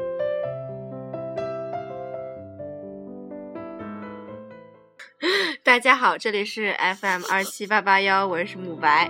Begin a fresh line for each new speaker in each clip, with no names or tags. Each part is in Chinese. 大家好，这里是 FM 二七八八幺，我是慕白。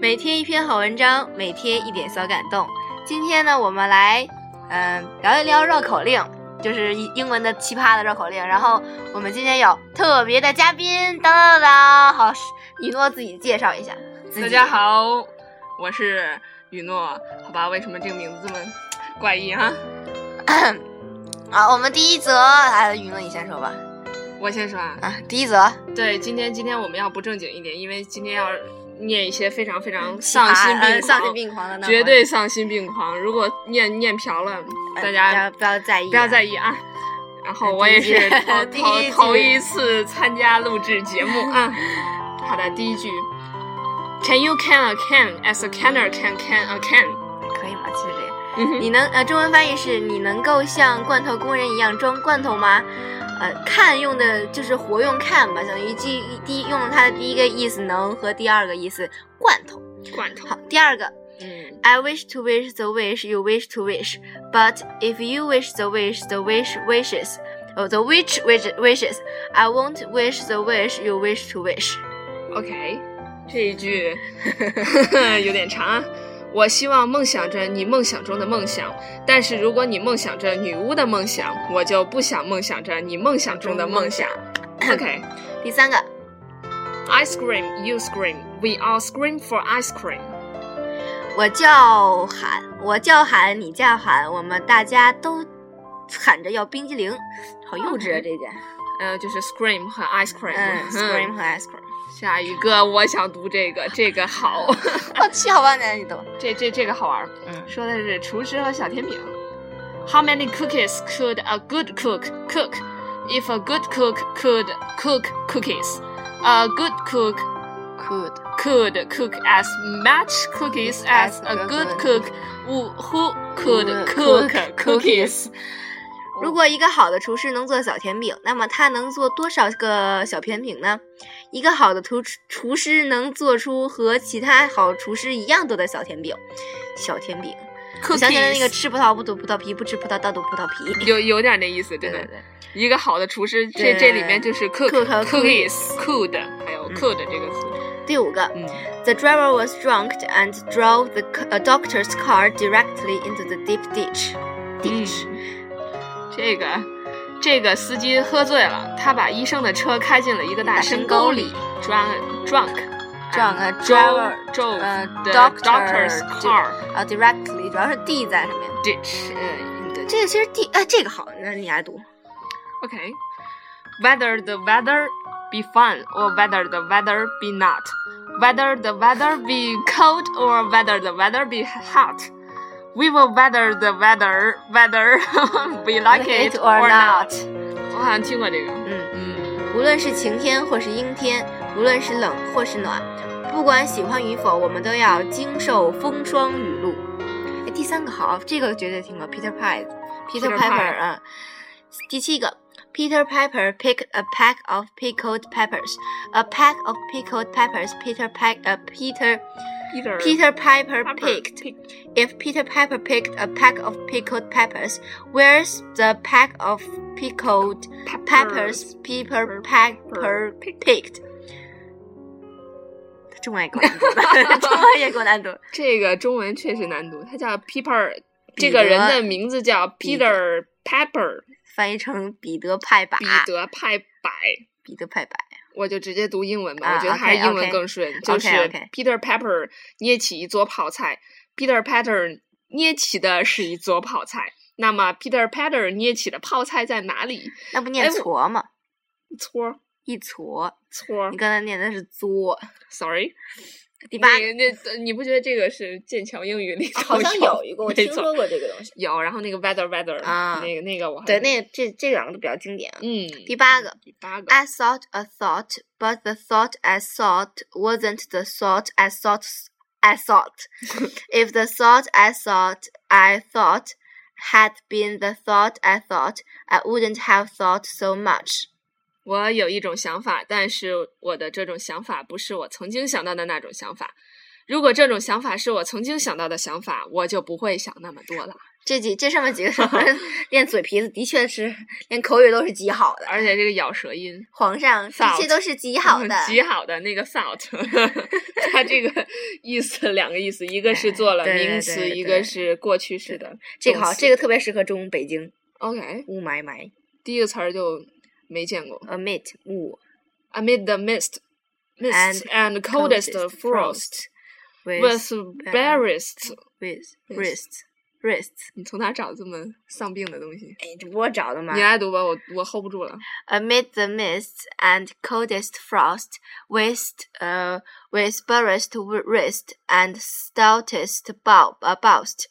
每天一篇好文章，每天一点小感动。今天呢，我们来嗯、聊一聊绕口令，就是英英文的奇葩的绕口令。然后我们今天有特别的嘉宾，当当当，好，雨诺自己介绍一下。自己
大家，好，我是雨诺。好吧，为什么这个名字这么怪异啊？
好，啊我们第一则，哎，雨诺你先说吧。
我先说啊，
啊，第一则，
对，今天今天我们要不正经一点，因为今天要念一些非常非常
奇
丧心
葩
病
呃丧心病
狂、
狂的呢，
绝对丧心病狂。如果念念瓢了，
呃
大家
不要不要在意啊，
不要在意啊。然后我也是 头
第一
头
句
头一次参加录制节目啊。好的，第一句，Can you can a can as a canner can can a can？
可以吗？其实这样，
嗯哼
你能呃，中文翻译是你能够像罐头工人一样装罐头吗？呃，看用的就是活用看吧，等于第一第一用了它的第一个意思能和第二个意思罐头。
罐头，
好，第二个
嗯，
I wish to wish the wish you wish to wish, but if you wish the wish the wish wishes, or the wish wish wishes, I won't wish the wish you wish to wish。
OK，这 一句有点长啊。我希望梦想着你梦想中的梦想，但是如果你梦想着女巫的梦想，我就不想梦想着你梦想中的梦想。OK，ice、
嗯第三个
cream, you scream, we all scream for ice cream。
我叫喊，我叫喊，你叫喊，我们大家都喊着要冰激凌，好幼
嗯
稚啊！这一点，
呃，就是 scream 和 ice cream。
嗯，scream 和 ice cream，
下一个我想读这个，这个好，
我去，好吧，男你懂？
这这这个好玩儿。
嗯，
说的是厨师和小甜饼。How many cookies could a good cook cook? If a good cook could cook cookies, a good cook
Could
could cook as much cookies as a good cook who who could cook cookies.
如果一个好的厨师能做小甜饼，那么他能做多少个小甜饼呢？一个好的厨厨师能做出和其他好厨师一样多的小甜饼。小甜饼，我想起来那个
Cookies
吃葡萄不吐葡萄皮，不吃葡萄倒吐葡萄皮。
有有点那意思，
对对
真的。
对，
一个好的厨师，
对
这这里面就是 cook
cook
嗯
和
cookies could 还有 could 这个词。
第五个。
嗯
The driver was drunk and drove the c- a doctor's car directly into the deep ditch. Ditch，、
这个这个司机喝醉了，他把医生的车开进了一个大深沟里，drunk drunk
Drunk，呃 driver，
drove
呃
the
doctor，
doctor's car
啊、d i r e c t l y 主要是 d 在上面。
ditch，嗯对
这个其实 d 哎，这个好，那你来读。
，OK。Whether the weather be fun or whether the weather be not, whether the weather be cold or whether the weather be hot, we will weather the weather whether we like it or not。我好像听过这个，
嗯，
嗯
无论是晴天或是阴天，无论是冷或是暖，不管喜欢与否，我们都要经受风霜雨露。哎，第三个好，这个绝对听过，Peter Pie，Peter Piper
Peter Piper
啊。第七个，Peter Piper picked a pack of pickled peppers. A pack of pickled peppers. Peter Pack 呃 Peter
，Peter
Peter Piper
Piper
picked. If Peter Piper picked a pack of pickled peppers, where's the pack of pickled peppers Peter Piper picked？中文也够难读了，中文也够难读。
这个中文确实难读，他叫 Piper，
彼得
这个人的名字叫
彼得
Peter Pepper，
翻译成彼得派把，
彼得派百。
彼得派把。
我就直接读英文吧，
啊
我觉得还是
OK，OK
英文更顺。就是
OK，OK
Peter Pepper 捏起一桌泡菜，Peter Pepper 捏起的是一桌泡菜。那么 Peter Pepper 捏起的泡菜在哪里？
那不念
哎我
矬吗？
搓儿
一矬，
搓儿
你刚才念的是作。
，sorry。
第八，
那那你不觉得这个是剑桥英语里
啊
头没错
过这个东西。
有，然后那个 weather weather
啊
那个那个我还
对，那个这这两个都比较经典啊。
嗯
第八个，哎
第八个
I thought a thought, but the thought I thought wasn't the thought I thought I thought. if the thought I thought I thought had been the thought I thought, I wouldn't have thought so much.
我有一种想法，但是我的这种想法不是我曾经想到的那种想法。如果这种想法是我曾经想到的想法，我就不会想那么多了。
这几这上面几个省份练嘴皮子的确是连口语都是极好的。
而且这个咬舌音
皇上，这些
Salt
都是极 好的。
极好的那个 salt，它这个意思两个意思，一个是做了
哎对对
名
对
词，
对
一
对
个是过去式的动词。
这个好，这个特别适合中北京，
OK，
雾霾霾
第一个词儿就没见过。
，amid 雾
Amid the mist, mist and, coldest,
coldest
frost,
with
with barest，
with
with-
wrist wrist，
你从哪找这么丧病的东 西？
哎，这不我找的吗
你来读吧，我我 hold 不住了。
？Amid the mist and coldest frost, with 呃 with burst wrist and stoutest bob uh, boust,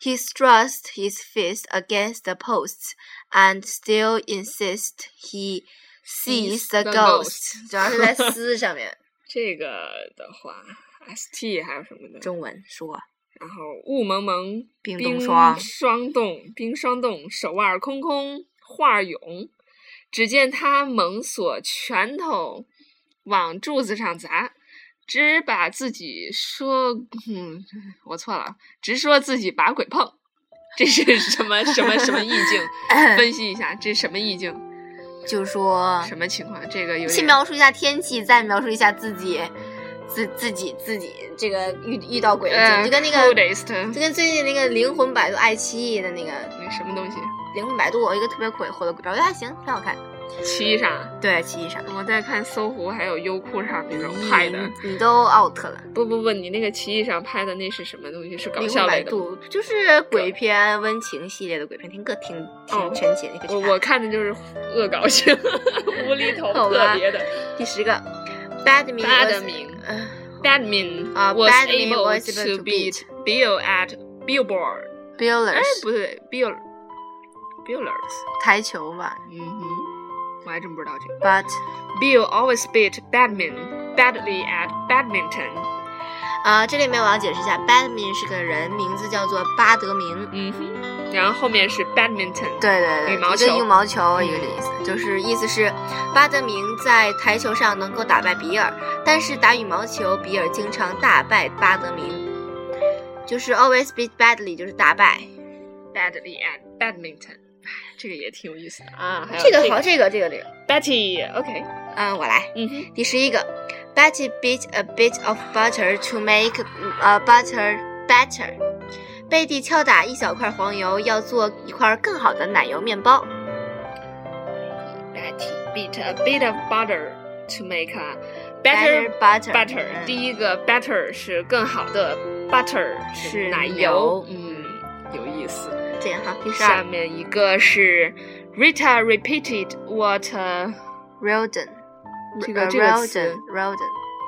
he thrust his fist against the posts and still insist he sees
Sees
the
the
ghost。主 要是在撕上 面，
这个的话，st 还有什么的？
中文说
然后雾蒙蒙，
冰
冰
冻霜
霜冻，冰霜冻，手腕空空，画涌。只见他猛索拳头往柱子上砸，只把自己说，嗯，我错了，直说自己把鬼碰。这是什么什么什么意 境？分析一下，这是什么意境？
就说
什么情况？这个有
先
点
描述一下天气，再描述一下自己，自自己自己这个遇遇到鬼的经历，
呃，
就跟那个
coldest
就跟最近那个灵魂摆渡爱奇艺的那个
那什么东西？
灵魂摆渡，一个特别火火的鬼片，我觉得还行，挺好看。
七上，
对，奇异上
我在看搜狐还有优酷上那种
你
拍的。
你都 out 了。
不不不，你那个奇异上拍的那是什么东西？是搞
灵
笑
魂摆
类的吗。
渡就是鬼片、温情系列的鬼片，挺个挺挺神奇的。你可以去
哦我
看
我看的就是恶搞性， 无厘头
好吧
特别的。
第十个，Bad Me
Bad
was-
Me
呃
Badmin
啊
was
Bad Me
able
was able
to
to
beat Bill at Billboard。哎，
Billers
不对，Bill Billers。
台球嘛
嗯哼，我还真不知道这个。
，But
Bill always beat Badmin badly at badminton。
啊、这里面我要解释一下，Badmin 是个人，名字叫做巴德明。
嗯哼，然后后面是 badminton。
对对对，
羽毛
一个
球嗯
羽毛球一个的意思，就是意思是巴德明在台球上能够打败比尔，但是打羽毛球，比尔经常大败巴德明，就是 always beat badly，就是大败。
badly at badminton。哎这个也挺有意思的啊。还有
这个好，这个这个这个，
Betty，OK，
嗯，我来。
嗯哼，
第十一个，Betty beat a bit of butter to make a butter better。贝蒂敲打一小块黄油，要做一块更好的奶油面包。
Betty beat a bit of butter to make a better
butter
butter
嗯。
第一个 better 是更好的，butter
是
奶
油
嗯，有意思。
这样哈，第十
下
二
面一个是 Rita repeated what uh,
，Rodon，
这个这个词
Rodon，Rodon，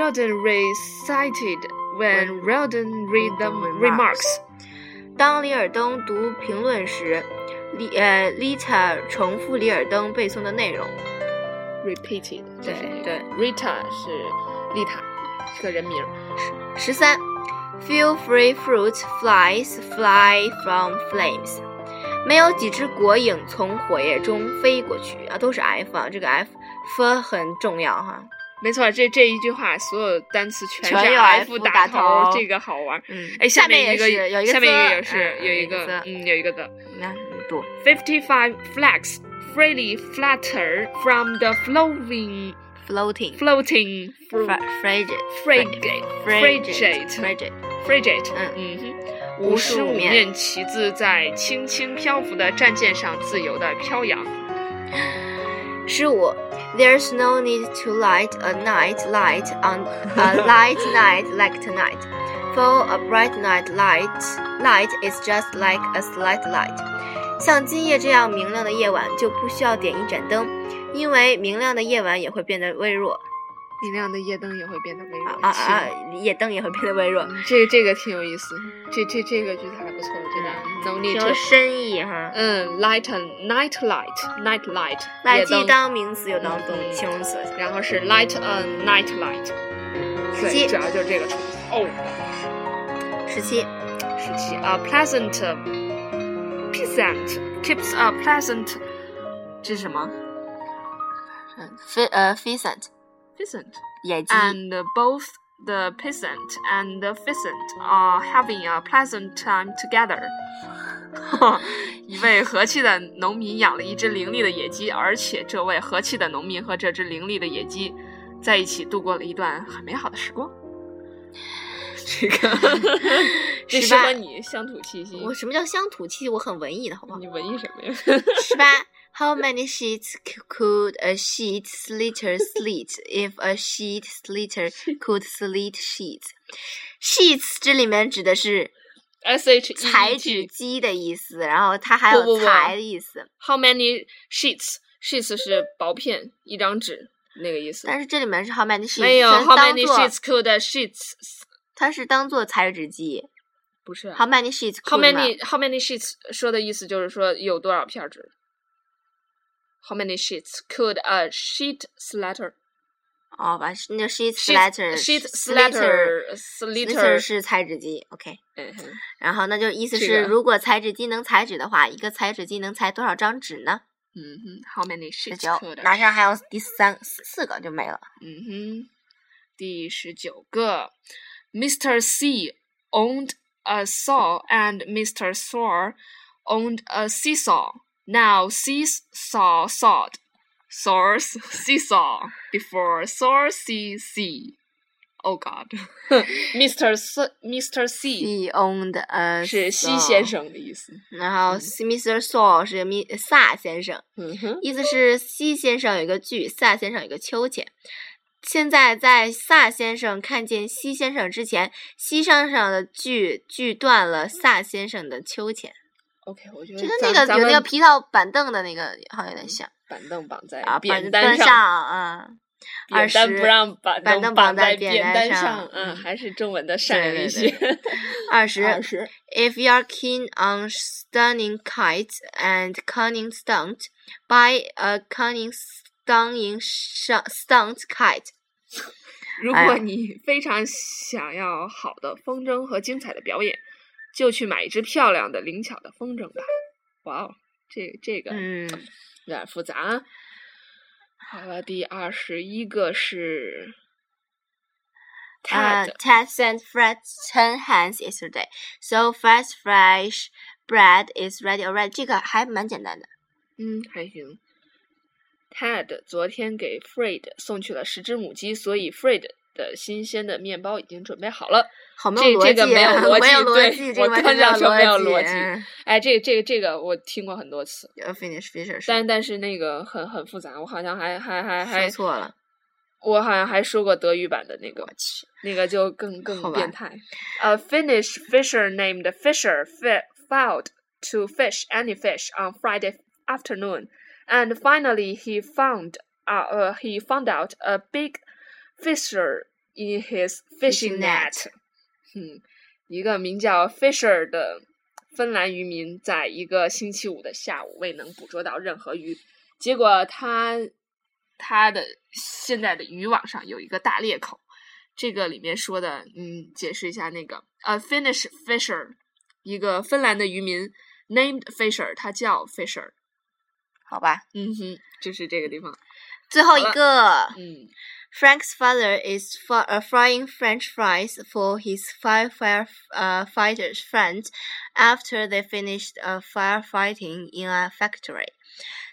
Rodin recited when
When
Rodin read the
remarks
remarks。
当里尔登读评论时，里呃，Lita 重复里尔登背诵的内容。
repeated
对
就是那个
对
，Rita 是丽塔，是个人名儿。
十三，Few free fruit flies fly from flames。没有几只果蝇从火焰中飞过去啊，都是 F 啊，这个 F f 很重要哈。
没错，这这一句话所有单词全是
全有 F 打
打
头
这个好玩。
嗯，
哎，下
面
一个
也是有一个
下面
the，
一个也是
嗯
有一
个 the
嗯有一个的
你看你读
fifty five flags freely flutter from the flowing
floating
floating fr-
fra- frigate
frigate frigate
frigate
frigate
嗯
嗯哼，
五
五
十
十
五
五
面
面旗子在轻轻漂浮的战舰上自由的飘扬。
十五，There's no need to light a night light on a light night like tonight, for a bright night light light is just like a slight light。像今夜这样明亮的夜晚就不需要点一盏灯，因为明亮的夜晚也会变得微弱
明亮的夜灯也会变得微
啊
弱
啊啊！夜灯也会变得微弱，
嗯这这个挺有意思，这这这个句子还不错，我觉得。No need
挺
to
有深意哈。
嗯，light a night light night light，
来，
夜
既
灯，
当名词又当动
嗯
形容词。
然后是 light a night light，
十
对，
七
主要就是这个词。哦，
十七
十七，a pleasant peasant keeps a pleasant，这是什么
，fe 呃 pheasant
？peasant
野鸡
and both the peasant and the pheasant are having a pleasant time together。 一位和气的农民养了一只伶俐的野鸡，而且这位和气的农民和这只伶俐的野鸡在一起度过了一段很美好的时光。 这 个这
十
适
八
合你乡土气息。
我什么叫乡土气息？我很文艺的，好不好？
你文艺什么呀？
十八。How many sheets c- could a sheet slater slit if a sheet slater could slit sheets? Sheets 这里面指的是
S H E
裁
E
纸
T
机的意思，然后它还有
不不不
裁的意思。
How many sheets? Sheets 是薄片，一张纸那个意思。
但是这里面是 how many sheets，
没有
它是
How
当
many
做
sheets could a sheets？
它是当做裁纸机。
不是啊
How many sheets
How
could 嘛
many How many sheets 说的意思就是说有多少片儿纸。How many sheets could a sheet slater?
哦，把那个 sheet
Sheet
slater
sheet
slater
slater
slater
slater
是裁纸机，OK。
嗯哼
然后那就意思
这
是，
个
如果裁纸机能裁纸的话，一个裁纸机能裁多少张纸呢？
嗯哼，How many
这
sheets
就
could？a
马上还有第三四四个就没了。
嗯哼，第十九个，Mr. C owned a saw and Mr. Saw owned a seesaw. Now seesaw sawed, saws seesaw before saw see see. Oh God, Mr. C Mr. C
He owned a
是西
saw
先，生的意思。
然后
嗯
Mr. Saw 是米萨先生，
嗯哼，
意思是西先生有一个句，萨先生有一个秋千。现在在萨先生看见西先生之前，西先生的锯锯断了萨先生的秋千，
OK，我觉得
就跟
嗯咱
那个
咱
有那个
们
皮套板凳的那个好像有点像
板凳绑在
啊，板
扁
凳
担
上啊。嗯
扁担
20
不让板
板
凳
凳
绑
绑在
扁
扁担
担
上
嗯，
嗯
还是中文的善良
对
一
对
些。
二十
十，
If you are keen on stunning kites and cunning stunt, buy a cunning stunning sh- stunt kite。
如
哎
果
呀
你非常想要好的风筝和精彩的表演，就去买一只漂亮的、灵巧的风筝吧。哇哦，这这个
嗯，
有点复杂啊。好了，第二十一个是啊
呃 Uh,
Ted，
Ted sent Fred ten hands yesterday, so Fred's fresh bread is ready already。这个还蛮简单的。
嗯，还行。Ted 昨天给 Fred 送去了十只母鸡，所以 Fred 的新鲜的面包已经准备好了。
好没
这
有
这
逻辑
个
啊，
没有逻辑
没有
对
逻辑，这
我
个完全
刚
没有
想说没有逻辑
辑。
哎，这个、这个、这个我听过很多次，
呃，finish finish，
但但是那个很很复杂，我好像还还还还
说错了，
我好像还说过德语版的那个，
去
那个就更更
好吧
变态。A Finnish fisher named Fisher fa- failed to fish any fish on Friday afternoon, and finally he found uh, uh, he found out a big fisher in his fishing
Fishing net.
net. 嗯，一个名叫 Fisher 的芬兰渔民，在一个星期五的下午未能捕捉到任何鱼，结果他他的现在的渔网上有一个大裂口。这个里面说的，嗯，解释一下那个呃，Finnish fisher，一个芬兰的渔民，named Fisher，他叫 Fisher，
好吧。
嗯哼，就是这个地方，
最后一
好了
个，
嗯
Frank's father is fr- uh, frying French fries for his firefighter uh, fighters friends after they finished uh, firefighting in a factory.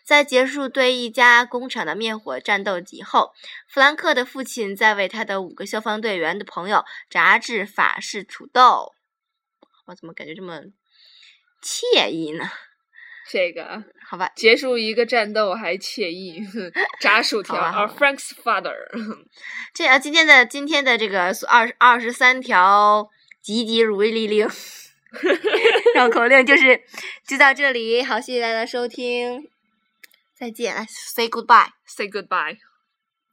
在结束对一家工厂的灭火战斗以后，弗兰克的父亲在为他的五个消防队员的朋友炸制法式土豆。我怎么感觉这么惬意呢？
这个啊
好吧，
结束一个战斗还惬意， 炸薯条
好吧好
啊
吧
，Frank's father，
这呃，今天的今天的这个二二十三条急急如律令， 绕口令就是就到这里，好，谢谢大家的收听，再见，来哎 say goodbye。
say goodbye。